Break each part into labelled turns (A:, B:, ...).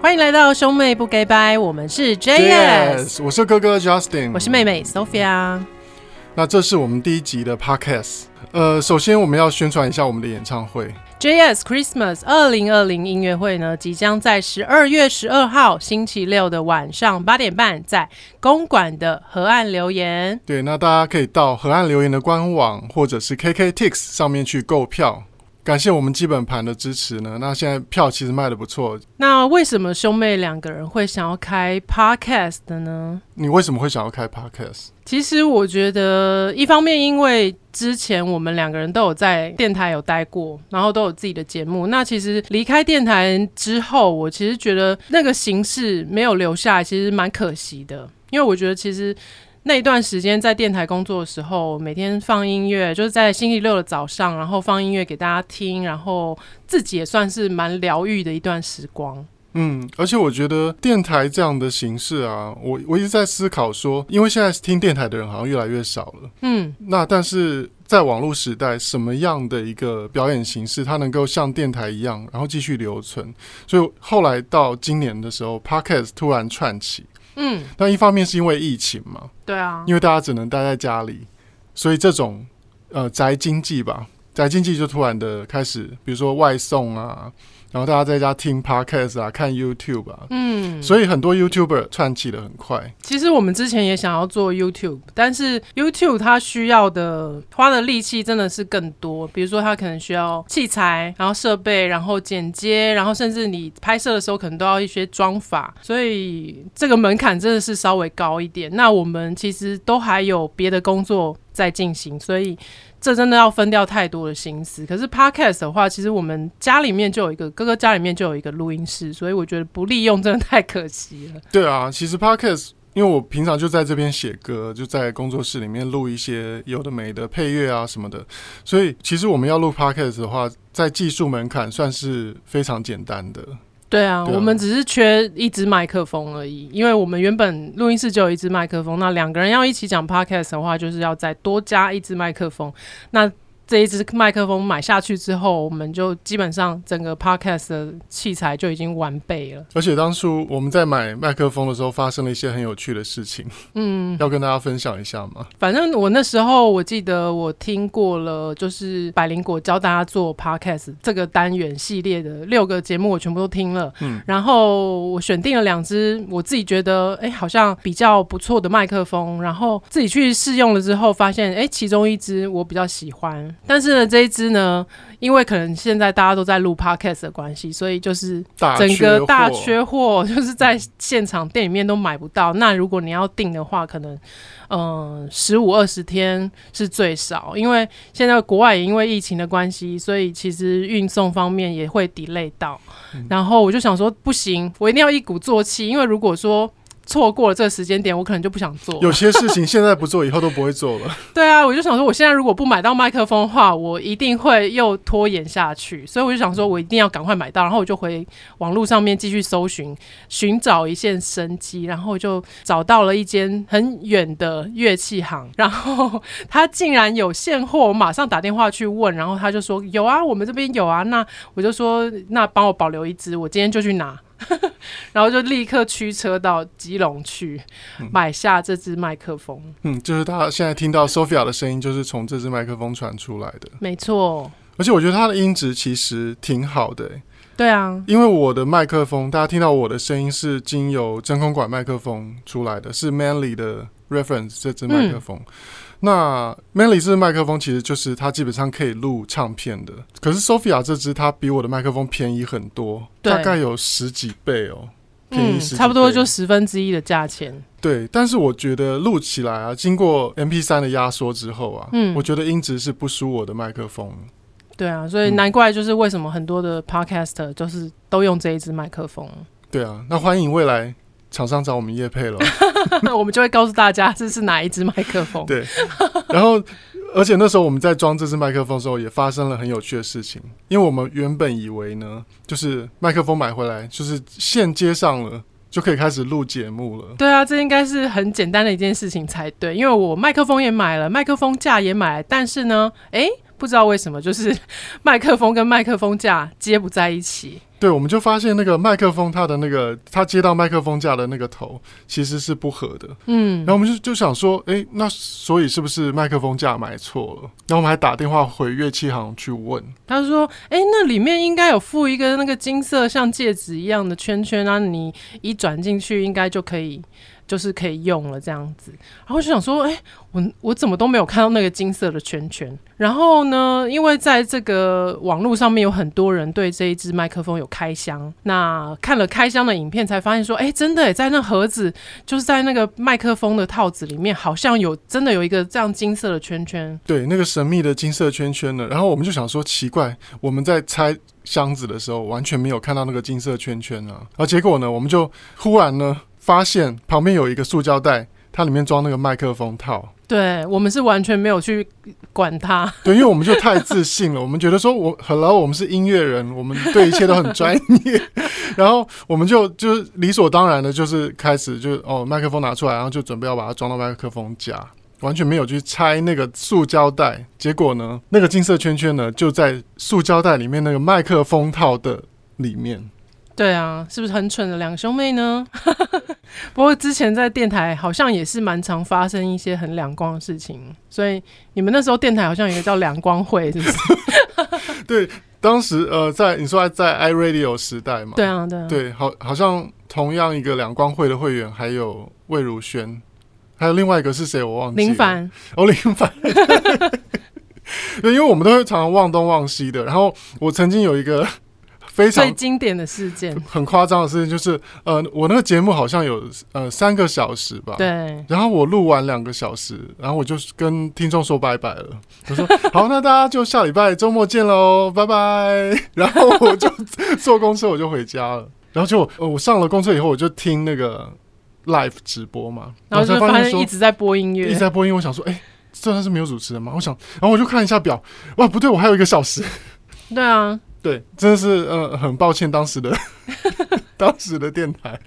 A: 欢迎来到兄妹不给掰，我们是 JS，
B: 我是哥哥 Justin，
A: 我是妹妹 Sophia。
B: 那这是我们第一集的 Podcast。呃，首先我们要宣传一下我们的演唱会。
A: JS Christmas 二零二零音乐会呢，即将在十二月十二号星期六的晚上八点半，在公馆的河岸留言。
B: 对，那大家可以到河岸留言的官网或者是 KKTix 上面去购票。感谢我们基本盘的支持呢。那现在票其实卖的不错。
A: 那为什么兄妹两个人会想要开 podcast 的呢？
B: 你为什么会想要开 podcast？
A: 其实我觉得，一方面因为之前我们两个人都有在电台有待过，然后都有自己的节目。那其实离开电台之后，我其实觉得那个形式没有留下来，其实蛮可惜的。因为我觉得其实。那一段时间在电台工作的时候，每天放音乐，就是在星期六的早上，然后放音乐给大家听，然后自己也算是蛮疗愈的一段时光。
B: 嗯，而且我觉得电台这样的形式啊，我我一直在思考说，因为现在听电台的人好像越来越少了。
A: 嗯，
B: 那但是在网络时代，什么样的一个表演形式，它能够像电台一样，然后继续留存？所以后来到今年的时候，Podcast 突然串起。
A: 嗯，
B: 那一方面是因为疫情嘛，
A: 对啊，
B: 因为大家只能待在家里，所以这种呃宅经济吧，宅经济就突然的开始，比如说外送啊，然后大家在家听 podcast 啊，看 YouTube 啊，
A: 嗯，
B: 所以很多 YouTuber 串起的很快。
A: 其实我们之前也想要做 YouTube，但是 YouTube 它需要的花的力气真的是更多，比如说它可能需要器材，然后设备，然后剪接，然后甚至你拍摄的时候可能都要一些妆法，所以这个门槛真的是稍微高一点。那我们其实都还有别的工作在进行，所以这真的要分掉太多的心思。可是 Podcast 的话，其实我们家里面就有一个哥哥家里面就有一个录音室，所以我觉得不利用真的太可惜了。
B: 对啊，其实 podcast。因为我平常就在这边写歌，就在工作室里面录一些有的没的配乐啊什么的，所以其实我们要录 podcast 的话，在技术门槛算是非常简单的。
A: 对啊，
B: 对啊
A: 我们只是缺一支麦克风而已，因为我们原本录音室就有一支麦克风，那两个人要一起讲 podcast 的话，就是要再多加一支麦克风。那这一支麦克风买下去之后，我们就基本上整个 podcast 的器材就已经完备了。
B: 而且当初我们在买麦克风的时候，发生了一些很有趣的事情，
A: 嗯，
B: 要跟大家分享一下嘛。
A: 反正我那时候我记得我听过了，就是百灵果教大家做 podcast 这个单元系列的六个节目，我全部都听了。
B: 嗯，
A: 然后我选定了两支我自己觉得哎好像比较不错的麦克风，然后自己去试用了之后，发现哎其中一支我比较喜欢，但是呢这一支呢，因为可能现在大家都在录 podcast 的关系，所以就是
B: 大
A: 整
B: 缺
A: 个
B: 货
A: 大缺货，就是在现场店里面都买不到。那如果你要订的话，可能嗯十五二十天是最少，因为现在国外也因为疫情的关系，所以其实运送方面也会 delay 到。
B: 嗯
A: 然后我就想说，不行，我一定要一鼓作气，因为如果说错过了这个时间点，我可能就不想做。
B: 有些事情现在不做，以后都不会做了。
A: 对啊，我就想说，我现在如果不买到麦克风的话，我一定会又拖延下去。所以我就想说，我一定要赶快买到，然后我就回网络上面继续搜寻，寻找一线生机，然后就找到了一间很远的乐器行，然后他竟然有现货，我马上打电话去问，然后他就说有啊，我们这边有啊。那我就说，那帮我保留一支，我今天就去拿。然后就立刻驱车到基隆去买下这支麦克风。
B: 嗯，就是大家现在听到 Sophia 的声音，就是从这支麦克风传出来的。
A: 没错，
B: 而且我觉得它的音质其实挺好的欸、
A: 对啊，
B: 因为我的麦克风，大家听到我的声音是经由真空管麦克风出来的，是 Manly 的 Reference 这支麦克风。
A: 嗯
B: 那 Manly 这支麦克风其实就是它基本上可以录唱片的，可是 Sophia 这支它比我的麦克风便宜很多，
A: 对
B: 大概有十几倍哦，便宜
A: 嗯
B: 十几，倍
A: 差不多就十分之一的价钱。
B: 对。但是我觉得录起来啊，经过 MP 3的压缩之后啊，
A: 嗯
B: 我觉得音质是不输我的麦克风。
A: 对啊，所以
B: 嗯
A: 难怪就是为什么很多的 podcaster 就是都用这一支麦克风，
B: 对啊，那欢迎未来厂商找我们叶配了。
A: 我们就会告诉大家这是哪一支麦克风。
B: 对， 然后而且那时候我们在装这支麦克风的时候，也发生了很有趣的事情，因为我们原本以为呢，就是麦克风买回来就是线接上了，就可以开始录节目了。
A: 对啊，这应该是很简单的一件事情才对，因为我麦克风也买了，麦克风架也买了，但是呢，诶，不知道为什么，就是 麦克风跟麦克风架接不在一起。
B: 对，我们就发现那个麦克风，它的那个它接到麦克风架的那个头其实是不合的。
A: 嗯
B: 然，后我们就就想说，诶，那所以是不是麦克风架买错了？然后我们还打电话回乐器行去问，
A: 他说：“哎、那里面应该有附一个那个金色像戒指一样的圈圈啊，你一转进去应该就可以，就是可以用了这样子。”然后我就想说：“哎、我我怎么都没有看到那个金色的圈圈？”然后呢，因为在这个网络上面有很多人对这一支麦克风有开箱，那看了开箱的影片才发现说：“哎、真的耶、在那盒子，就是在那个麦克风的套子里面，好像有真的有一个这样金色的圈圈。”
B: 对，那个神秘的金色圈圈呢？然后我们就想说，奇怪，我们在拆箱子的时候完全没有看到那个金色圈圈啊。然后结果呢，我们就忽然呢发现旁边有一个塑胶袋，它里面装那个麦克风套。
A: 对我们是完全没有去管它。
B: 对，因为我们就太自信了，我们觉得说我 hello，我们是音乐人，我们对一切都很专业， 然后我们就就是理所当然的，就是开始就哦麦克风拿出来，然后就准备要把它装到麦克风夹，完全没有去拆那个塑胶袋。结果呢，那个金色圈圈呢就在塑胶袋里面那个麦克风套的里面。
A: 对啊，是不是很蠢的两兄妹呢？ 不过之前在电台好像也是蛮常发生一些很两光的事情，所以你们那时候电台好像有一个叫两光会，是不 是？
B: 对，当时呃在你说在 iRadio 时代嘛，
A: 对啊，对啊，
B: 对，好，好像同样一个两光会的会员，还有魏如萱，还有另外一个是谁我忘记了。
A: 林 凡，
B: 哦，林凡。对，因为我们都会常常忘东忘西的。然后我曾经有一个非
A: 最
B: 常
A: 经典的事 件，
B: 很夸张的事情，就是呃，我那个节目好像有呃三个小时吧。。
A: 对，
B: 然后我录完两个小时，然后我就跟听众说拜拜了。我说好，那大家就下礼拜周末见喽，拜拜。 然后我就坐公车我就回家了。然后就呃我上了公车以后，我就听那个 live 直播嘛，
A: 然后就
B: 才
A: 发
B: 发
A: 现
B: 说
A: 一直在播音
B: 一直
A: 乐，
B: 在播音，我想说，哎、这算是没有主持人吗？我想，然后我就看一下表，哇，不对，我还有一个小时。
A: 对啊，
B: 对，真的是呃，很抱歉当时 的当时的电台。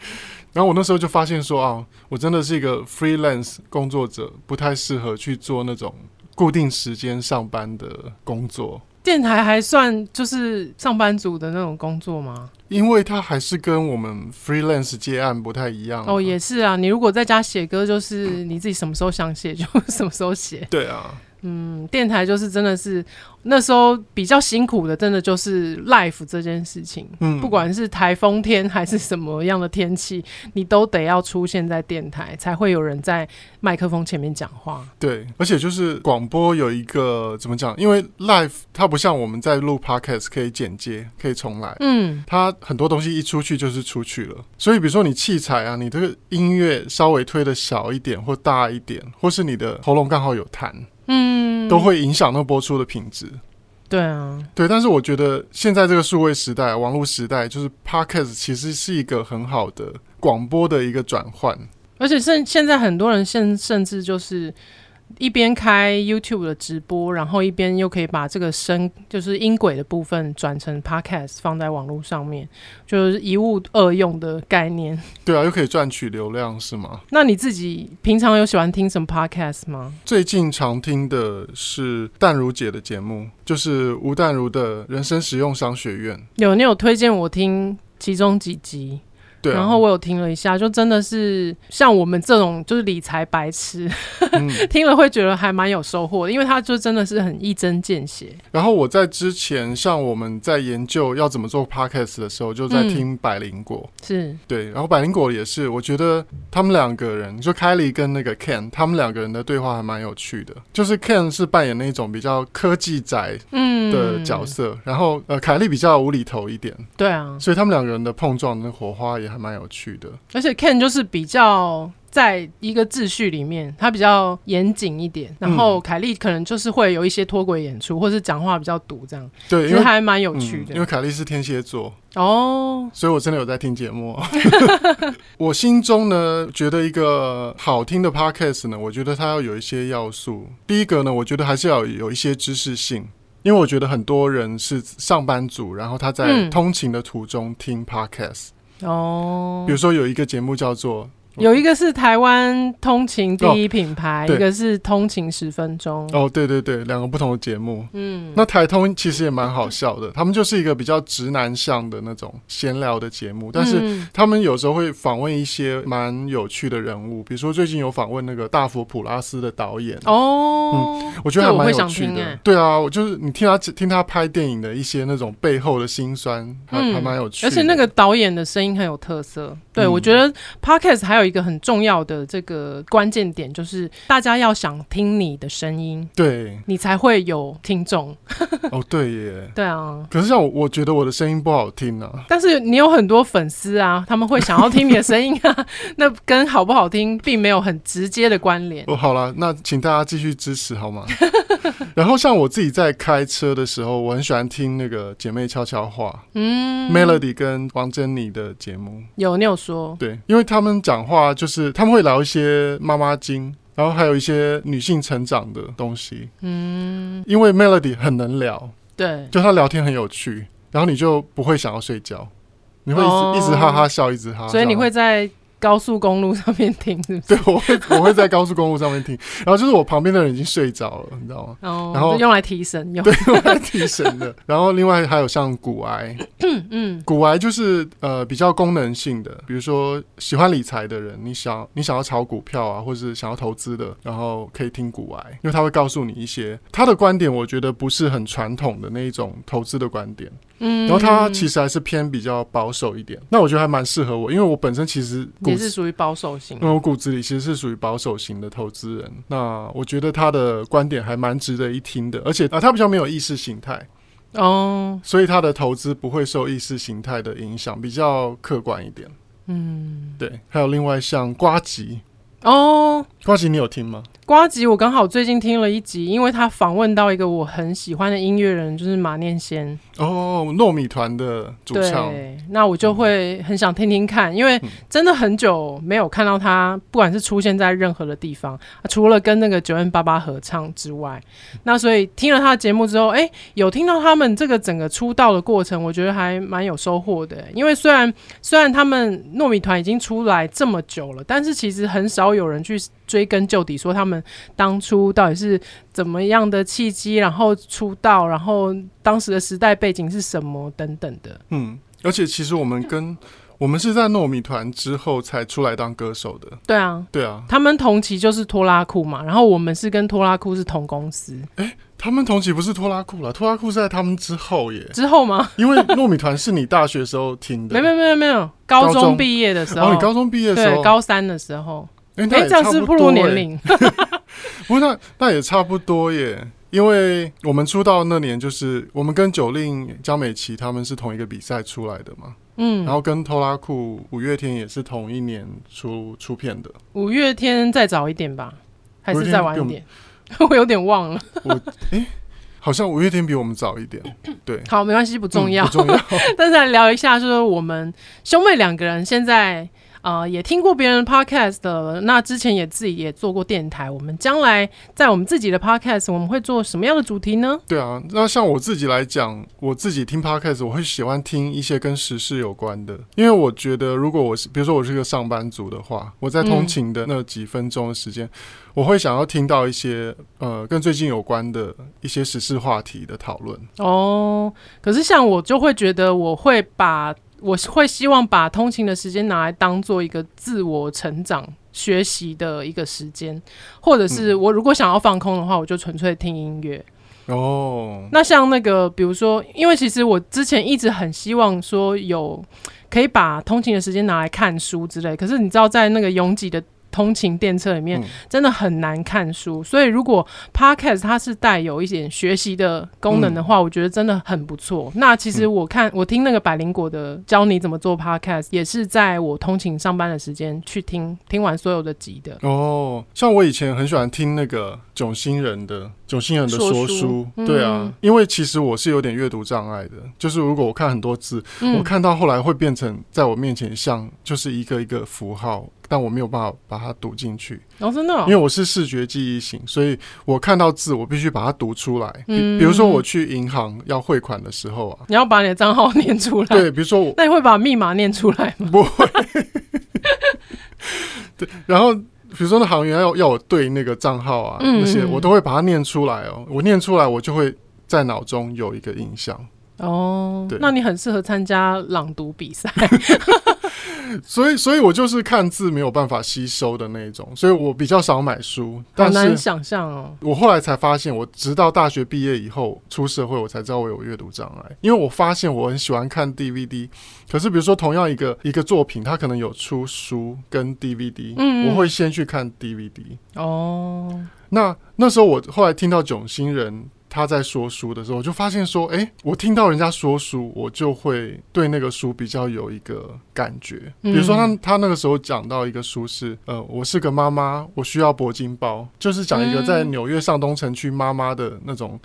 B: 然后我那时候就发现说啊，我真的是一个 freelance 工作者，不太适合去做那种固定时间上班的工作，
A: 电台还算就是上班族的那种工作吗？
B: 因为它还是跟我们 freelance 接案不太一样。
A: 哦，也是啊，你如果在家写歌，就是你自己什么时候想写就 什么时候写。
B: 对啊，
A: 嗯，电台就是真的是那时候比较辛苦的，真的就是 life 这件事情，
B: 嗯，
A: 不管是台风天还是什么样的天气，你都得要出现在电台，才会有人在麦克风前面讲话。
B: 对，而且就是广播有一个怎么讲？因为 live 它不像我们在录 podcast 可以剪接，可以重来。
A: 嗯，
B: 它很多东西一出去就是出去了，所以比如说你器材啊，你这个音乐稍微推的小一点或大一点，或是你的喉咙刚好有痰，
A: 嗯，
B: 都会影响那播出的品质。
A: 对啊，
B: 对，但是我觉得现在这个数位时代、网络时代，就是 podcast 其实是一个很好的广播的一个转换。
A: 而且甚现在很多人甚甚至就是一边开 YouTube 的直播，然后一边又可以把这个声就是音轨的部分转成 Podcast 放在网络上面，就是一物二用的概念。
B: 对啊，又可以赚取流量，是吗？
A: 那你自己平常有喜欢听什么 podcast 吗？
B: 最近常听的是淡如姐的节目，就是吴淡如的人生实用商学院。
A: 有，你有推荐我听其中几集，
B: 对、啊，
A: 然后我有听了一下，就真的是像我们这种就是理财白痴，
B: 嗯，
A: 听了会觉得还蛮有收获的，因为它就真的是很一针见血。
B: 然后我在之前像我们在研究要怎么做 podcast 的时候，就在听百灵果。
A: 是，
B: 对，然后百灵果也是，我觉得他们两个人，就凯莉跟那个 Ken，他们两个人的对话还蛮有趣的。就是 Ken 是扮演那种比较科技宅
A: 嗯
B: 的角。色，然后呃凯莉比较无厘头一点，
A: 对啊，
B: 所以他们两个人的碰撞的火花也还蛮有趣的。
A: 而且 Ken 就是比较在一个秩序里面，他比较严谨一点，
B: 嗯
A: 然后凯莉可能就是会有一些脱轨演出，或是讲话比较毒这样，
B: 对，
A: 其
B: 因
A: 实
B: 为
A: 还蛮有趣
B: 嗯因
A: 的。
B: 为凯莉是天蝎座，
A: 哦，
B: 所以我真的有在听节目。 我心中呢，觉得一个好听的 podcast 呢，我觉得它要有一些要素。第一个呢，我觉得还是要有一些知识性，因为我觉得很多人是上班族，然后他在
A: 嗯
B: 通勤的途中听 podcast、
A: 哦
B: 比，如说有一个节目叫做。
A: 有一个是台湾通勤第一品牌，
B: 嗯哦对
A: 一个是通勤十分钟。
B: 哦，对对对，两个不同的节目。
A: 嗯，
B: 那台通其实也蛮好笑的，他们就是一个比较直男向的那种闲聊的节目，但是
A: 嗯
B: 他们有时候会访问一些蛮有趣的人物，比如说最近有访问那个大佛普拉斯的导演，
A: 哦，
B: 我觉得
A: 这
B: 还
A: 我
B: 蛮
A: 会
B: 有
A: 想
B: 趣
A: 听
B: 的。
A: 欸
B: 对啊，我就是你听他听他拍电影的一些那种背后的辛酸，还、
A: 嗯
B: 还蛮有趣的。
A: 而且那个导演的声音很有特色。对，
B: 嗯
A: 我觉得 podcast 还有一个很重要的这个关键点，就是大家要想听你的声音，
B: 对
A: 你才会有听众。
B: 哦对耶，
A: 对啊。
B: 可是像我，我觉得我的声音不好 听啊。
A: 但是你有很多粉丝啊，他们会想要听你的声音啊， 那跟好不好听并没有很直接的关联。
B: 哦，好啦，那请大家继续支持好吗？ 然后像我自己在开车的时候，我很喜欢听那个姐妹悄悄话、
A: 嗯
B: Melody 跟王珍妮的节目。
A: 有你有说，
B: 对，因为他们讲话就是他们会聊一些妈妈经，然后还有一些女性成长的东西。
A: 嗯，
B: 因为 Melody 很能聊，
A: 对，
B: 就她聊天很有趣，然后你就不会想要睡觉，你会一直、
A: 哦
B: 一直哈哈笑，一直哈哈笑。
A: 所以你会在高速公路上面听，是不是？
B: 对我会我会在高速公路上面听，然后就是我旁边的人已经睡着了，你知道吗？
A: 哦，
B: 然后
A: 就用来提神用。
B: 对，我在提神的。 然后另外还有像骨癌，
A: 嗯嗯
B: 骨癌就是呃比较功能性的，比如说喜欢理财的人，你想你想要炒股票啊，或是想要投资的，然后可以听股癌，因为他会告诉你一些他的观点，我觉得不是很传统的那一种投资的观点，
A: 嗯。
B: 然后他其
A: 实
B: 实还是偏比较保守一点，那我觉得还蛮适合我，因为我本身其实骨
A: 也
B: 子
A: 是。属于保守型
B: 因。为我骨子里其实是属于保守型的投资人，那我觉得他的观点还蛮值得一听的，而且啊、他比较没有意识形态，
A: 哦，
B: 所以他的投资不会受意识形态的影响，比较客观一点。
A: 嗯，
B: 对，还有另外像瓜吉，
A: 哦，
B: 瓜吉你有听吗？
A: 瓜吉，我刚好最近听了一集，因为他访问到一个我很喜欢的音乐人，就是马念先。
B: 哦，糯米团的主唱，
A: 对，那我就会很想听听看，因为
B: 嗯
A: 真的很久没有看到他，不管是出现在任何的地方，啊除了跟那个九 N 八八合唱之外，
B: 嗯
A: 那所以听了他的节目之后，哎、有听到他们这个整个出道的过程，我觉得还蛮有收获的。因为虽然虽然他们糯米团已经出来这么久了，但是其实很少有人去追根究底，说他们当初到底是怎么样的契机，然后出道，然后当时的时代背景是什么等等的。
B: 嗯，而且其实我们跟我们是在糯米团之后才出来当歌手的，
A: 对啊，
B: 对啊，
A: 他们同期就是拖拉库嘛，然后我们是跟拖拉库是同公司，
B: 哎他们同期不是拖拉库啦，拖拉库是在他们之后耶，
A: 之后吗？
B: 因为糯米团是你大学时候听的，
A: 没没没有没有，
B: 高
A: 高
B: 中
A: 中毕业的时候，
B: 哦，你高中毕业的时候，
A: 对高三的时候，
B: 哎，
A: 哎、
B: 那也
A: 这
B: 差
A: 样
B: 不
A: 是
B: 多
A: 不
B: 欸
A: 如年
B: 耶
A: 龄，
B: 不过那那也差不多耶，因为我们出道那年就是我们跟九令、江美琪他们是同一个比赛出来的嘛，然
A: 嗯，
B: 后跟拖拉库、五月天也是同一年出出片的。
A: 五月天再早一点吧，还是再晚一
B: 五月
A: 点？ 我有点忘了。
B: 我诶，好像五月天比我们早一点，对，
A: 好，没关系，不 重要。
B: 嗯不重要。
A: 但是来聊一下，就是我们兄妹两个人现在呃也听过别人的 podcast 的，那之前也自己也做过电台。我们将来在我们自己的 podcast，我们会做什么样的主题呢？
B: 对啊，那像我自己来讲，我自己听 podcast，我会喜欢听一些跟时事有关的，因为我觉得如果我是，比如说我是个上班族的话，我在
A: 嗯
B: 通勤的那几分钟的时间，我会想要听到一些呃跟最近有关的一些时事话题的讨论。
A: 哦，可是像我就会觉得，我会把我会希望把通勤的时间拿来当做一个自我成长、学习的一个时间，或者是
B: 嗯
A: 我如果想要放空的话，我就纯粹听音乐。
B: 哦，
A: 那像那个，比如说，因为其实我之前一直很希望说有可以把通勤的时间拿来看书之类，可是你知道，在那个拥挤的通勤电车里面，
B: 嗯
A: 真的很难看书。所以如果 podcast 它是带有一点学习的功能的
B: 嗯
A: 话，我觉得真的很不错。那其实我看、我听那个百灵果的教你怎么做 podcast，也是在我通勤上班的时间去听，听完所有的集的。
B: 哦，像我以前很喜欢听那个囧星人的囧星人的
A: 说
B: 说
A: 书
B: 书，
A: 嗯
B: 对啊，因为其实我是有点阅读障碍的，就是如果我看很多字，我
A: 嗯，
B: 看到后来会变成在我面前像就是一个一个符号，但我没有办法把它读进去，
A: 然后、真的哦、
B: 因为我是视觉记忆型，所以我看到字我必须把它读出来。比
A: 嗯
B: 比如说我去银行要汇款的时候啊，
A: 你要把你的账号念出来。
B: 对，比如说我
A: 那你会把密码念出来吗？
B: 不会，对，然后比如说那行员要要我对那个账号啊，
A: 嗯
B: 那些
A: 嗯
B: 我都会把它念出来哦。我念出来，我就会在脑中有一个印象。
A: 哦
B: 对，
A: 那你很适合参加朗读比 赛。
B: 所以，所以我就是看字没有办法吸收的那一种，所以我比较少买书。
A: 好
B: 但
A: 难
B: 是
A: 想象哦。
B: 我后来才发现，我直到大学毕业以后出社会，我才知道我有阅读障碍。因为我发现我很喜欢看 DVD，可是比如说同样一个一个作品，它可能有出书跟 DVD，
A: 嗯嗯
B: 我会先去看 DVD。
A: 哦，
B: 那那时候我后来听到囧星人他在说书的时候，我就发现说，诶，我听到人家说书，我就会对那个书比较有一个感觉。
A: 嗯
B: 比如说他他那个时候讲到一个书是，呃，我是个妈妈，我需要铂金包，就是讲一个
A: 嗯
B: 在纽约上东城区妈妈的那种。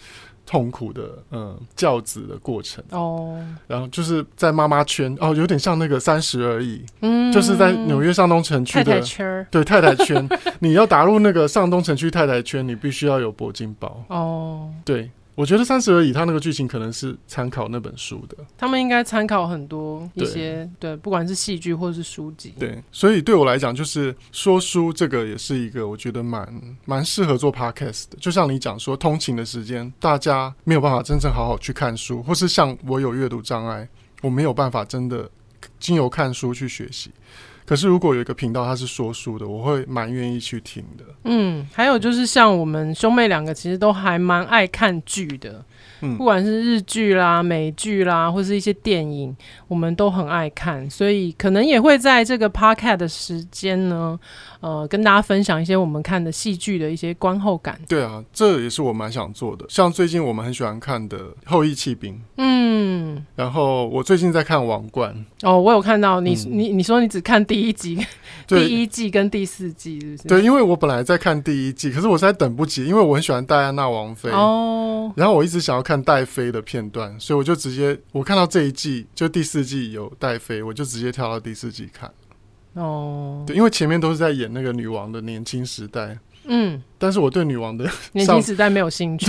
B: 痛苦的，嗯，教子的过程，
A: 哦，
B: 然后就是在妈妈圈，哦，有点像那个三十而已，
A: 嗯，
B: 就是在纽约上东城区
A: 太
B: 的
A: 太圈儿。
B: 对太太圈，你要打入那个上东城区太太圈，你必须要有铂金包。
A: 哦，
B: 对，我觉得《三十而已》它那个剧情可能是参考那本书的。
A: 他们应该参考很多一
B: 对
A: 些对，不管是戏剧或是书籍。
B: 对，所以对我来讲，就是说书这个也是一个我觉得蛮蛮适合做 podcast 的。就像你讲说，通勤的时间，大家没有办法真正好好去看书，或是像我有阅读障碍，我没有办法真的经由看书去学习。可是如果有一个频道它是说书的，我会蛮愿意去听的。
A: 嗯，还有就是像我们兄妹两个，其实都还蛮爱看剧的，
B: 嗯
A: 不管是日剧啦、美剧啦，或是一些电影，我们都很爱看，所以可能也会在这个 podcast 的时间呢，呃，跟大家分享一些我们看的戏剧的一些观后感。
B: 对啊，这也是我蛮想做的。像最近我们很喜欢看的《后羿弃兵》，
A: 嗯，
B: 然后我最近在看《王冠》。
A: 哦，我有看到你，
B: 嗯
A: 你你说你只看第一集、 第
B: 对
A: 一季跟第四季，是不是？
B: 对，因为我本来在看第一季，可是我实在等不及，因为我很喜欢戴安娜王妃。
A: 哦，
B: 然后我一直想要看戴妃的片段，所以我就直接我看到这一季就第四季有戴妃，我就直接跳到第四季看。
A: 哦，
B: 对，因为前面都是在演那个女王的年轻时代，
A: 嗯，
B: 但是我对女王的，
A: 年轻时代没有兴趣。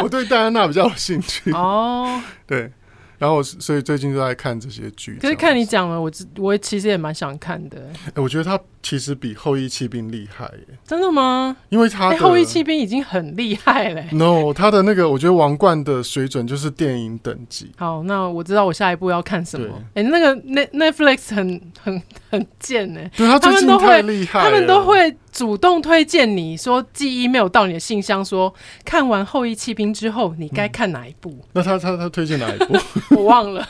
B: 我 对戴安娜比较有兴趣。
A: 哦，
B: 对，然后我所以最近就在看这些剧。
A: 可是
B: 这样
A: 看你
B: 子，
A: 讲了，我知我其实也蛮想看 的。
B: 哎我觉得他其实比《后羿弃兵》厉害耶，
A: 真的吗？
B: 因为他
A: 哎、
B: 的、
A: 后羿弃兵已经很厉害嘞、
B: No，他的那个我觉得王冠的水准就是电影等级。
A: 好，那我知道我下一步要看什么。哎、那个 Net Netflix 很很很贱呢、
B: 对他最
A: 他们
B: 近
A: 都会
B: 太厉害了，
A: 他们都会主动推荐你说寄 email 到你的信箱说看完《后羿弃兵》之后，你该看哪一部？
B: 那他他他推荐哪一 部？
A: 我忘了，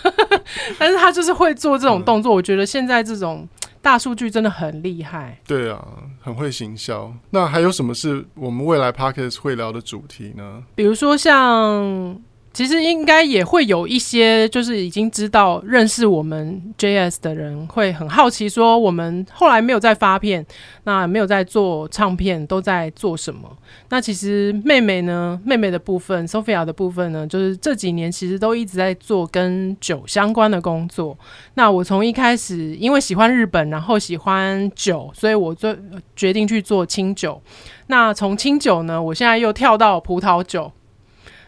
A: 但是他就是会做这
B: 嗯
A: 种动作。我觉得现在这种大数据真的很厉害。
B: 对啊，很会行销。那还有什么是我们未来 podcast 会聊的主题呢？
A: 比如说像，其实应该也会有一些就是已经知道认识我们 JS 的人会很好奇，说我们后来没有在发片，那没有在做唱片，都在做什么？那其实妹妹呢，妹妹的部分，Sophia 的部分呢，就是这几年其实都一直在做跟酒相关的工作。那我从一开始因为喜欢日本，然后喜欢酒，所以我最决定去做清酒。那从清酒呢，我现在又跳到葡萄酒。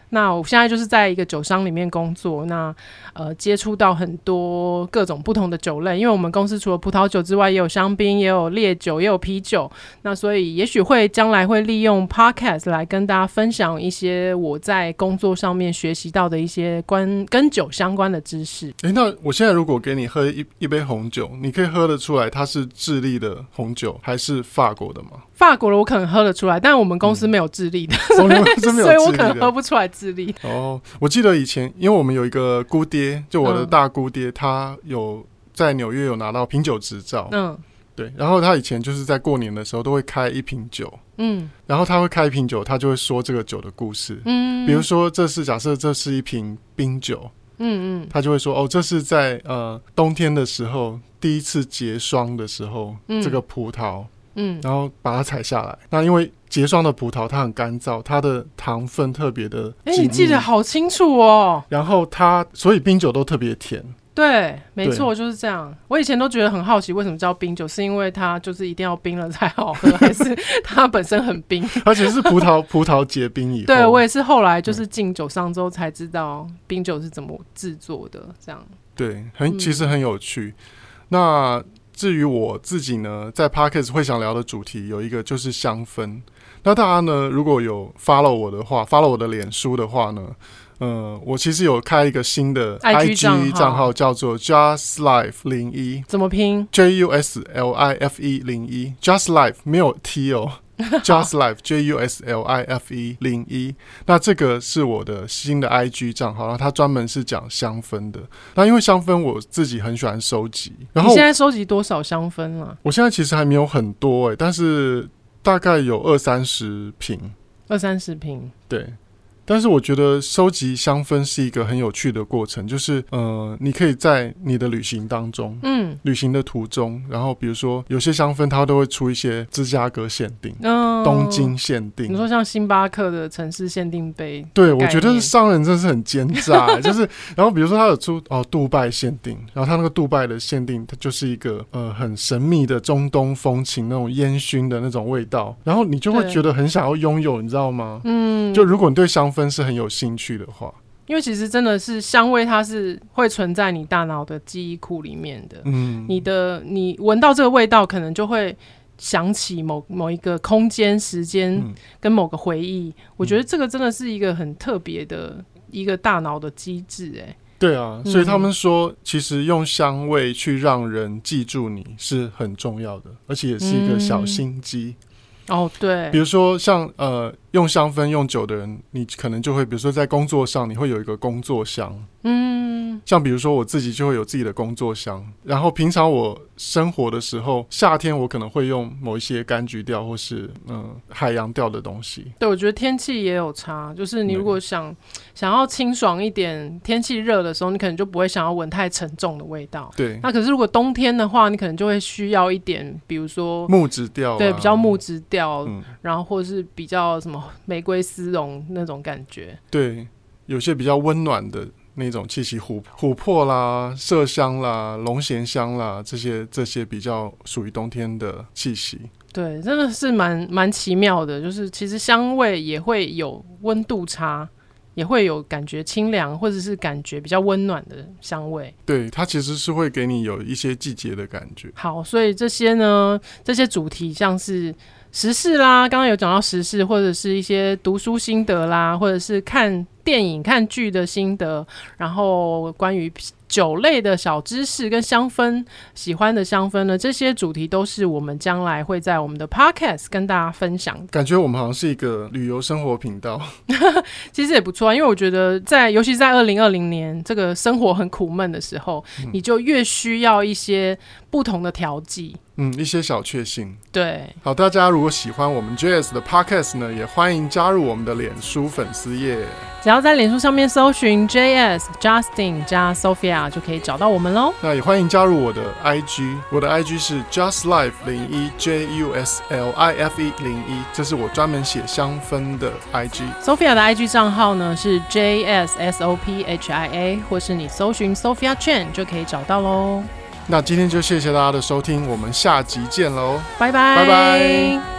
A: 那我现在就是在一个酒商里面工作，那呃接触到很多各种不同的酒类，因为我们公司除了葡萄酒之外，也有香槟，也有烈酒，也有啤酒。那所以也许会将来会利用 podcast 来跟大家分享一些我在工作上面学习到的一些关跟酒相关的知识。
B: 诶，那我现在如果给你喝一一杯红酒，你可以喝得出来它是智利的红酒还是法国的吗？
A: 法国的我可能喝得出来，但我们公司没有智利的，
B: 哦，你们真没 有
A: 所以
B: 智
A: 我
B: 利
A: 可能喝
B: 的
A: 不出来智利。
B: 哦。我记得以前，因为我们有一个姑爹，就我的
A: 嗯
B: 大姑爹，他有在纽约有拿到品酒执照，
A: 嗯
B: 对，然后他以前就是在过年的时候都会开一瓶酒，
A: 嗯
B: 然后他会开一瓶酒，他就会说这个酒的故事。
A: 嗯，
B: 比如说，这是假设这是一瓶冰酒，
A: 嗯嗯
B: 他就会说哦，这是在呃冬天的时候第一次结霜的时候，
A: 嗯
B: 这个葡萄，
A: 嗯
B: 然后把它采下来。那因为结霜的葡萄它很干燥，它的糖分特别的
A: 哎、
B: 紧
A: 你
B: 密
A: 记得好清楚哦。
B: 然后它所以冰酒都特别甜，
A: 对，没
B: 对
A: 错，就是这样。我以前都觉得很好奇，为什么叫冰酒，是因为它就是一定要冰了才好喝，还 是它本身很冰？
B: 而且是葡萄 葡萄结冰以后，
A: 对我也是后来就是进酒商之后才知道冰酒是怎么制作的，这样。
B: 对，很
A: 嗯
B: 其实很有趣。那至于我自己呢，在 Podcast 会想聊的主题有一个就是香氛。那大家呢，如果有 follow 我的话，follow 我的脸书的话呢，呃，我其实有开一个新的
A: IG 账
B: IG
A: 号
B: 账号，叫做 Just Life 零一。
A: 怎么拼？
B: J U S L I F E 零一，Just Life 没有 T 哦，Just Life J U S L I F E 零一。那这个是我的新的 IG 账号，然后它专门是讲香氛的。那因为香氛我自己很喜欢收集，然后
A: 你现在收集多少香氛啊了？
B: 我现在其实还没有很多诶、欸但是大概有二三十瓶，
A: 二三十瓶。
B: 对。但是我觉得收集香氛是一个很有趣的过程，就是呃，你可以在你的旅行当中，
A: 嗯
B: 旅行的途中，然后比如说有些香氛它都会出一些芝加哥限定、
A: 嗯、
B: 东京限
A: 你
B: 定。
A: 说哎像星巴克的城市限定杯，
B: 对，我
A: 概
B: 觉得
A: 念
B: 商人真是很奸 诈、就是，然后比如说它有出哦杜拜限定，然后它那个杜拜的限定，它就是一个呃很神秘的中东风情那种烟熏的那种味道，然后你就会
A: 对
B: 觉得很想要拥有，你知道吗？
A: 嗯，
B: 就如果你对香氛是很有兴趣的话，
A: 因为其实真的是香味，它是会存在你大脑的记忆库里面的。
B: 嗯，
A: 你的你闻到这个味道，可能就会想起某某一个空间、时间
B: 嗯
A: 跟某个回忆。我觉得这个真的是一个很特别的一个大脑的机制、哎，
B: 对啊，所以他
A: 嗯
B: 们说，其实用香味去让人记住你是很重要的，而且也是一个小心机。
A: 哦，
B: 比
A: 对，
B: 如说像呃，用香氛用久的人，你可能就会，比如说在工作上，你会有一个工作箱。
A: 嗯，
B: 像比如说我自己就会有自己的工作箱，然后平常我生活的时候，夏天我可能会用某一些柑橘调或是嗯、呃海洋调的东西。
A: 对，我觉得天气也有差，就是你
B: 嗯
A: 如果想想要清爽一点，天气热的时候，你可能就不会想要闻太沉重的味道。
B: 对，
A: 那可是如果冬天的话，你可能就会需要一点，比如说。
B: 木质调、啊，
A: 对，比较木质调，
B: 嗯
A: 然后或是比较什么玫瑰丝绒那种感觉。
B: 对，有些比较温暖的那种气息，琥琥珀啦、麝香啦、龙涎香啦，这些这些比较属于冬天的气息。
A: 对，真的是蛮蛮奇妙的，就是其实香味也会有温度差，也会有感觉清凉或者是感觉比较温暖的香味。
B: 对，它其实是会给你有一些季节的感觉。
A: 好，所以这些呢，这些主题像是时事啦，刚刚有讲到时事，或者是一些读书心得啦，或者是看电影、看剧的心得，然后关于酒类的小知识跟香氛，喜欢的香氛呢，这些主题都是我们将来会在我们的 podcast 跟大家分享的
B: 感觉我们好像是一个旅游生活频道，
A: 其实也不错啊，因为我觉得在，尤其是在二零二零年这个生活很苦闷的时候，你就越需要一些不同的调剂。
B: 嗯，一些小确幸。
A: 对，
B: 好，大家如果喜欢我们 JS 的 Podcast 呢，也欢迎加入我们的脸书粉丝页。
A: 只要在脸书上面搜寻 JS Justin 加 Sophia 就可以找到我们喽。
B: 那也欢迎加入我的 IG，我的 IG 是 Just Life 零一 J U S L I F E 零一，这是我专门写香氛的 IG。
A: Sophia 的 IG 账号呢是 JS S O P H I A，或是你搜寻 Sophia Chen 就可以找到喽。
B: 那今天就谢谢大家的收听，我们下集见喽。
A: 拜拜，
B: 拜拜。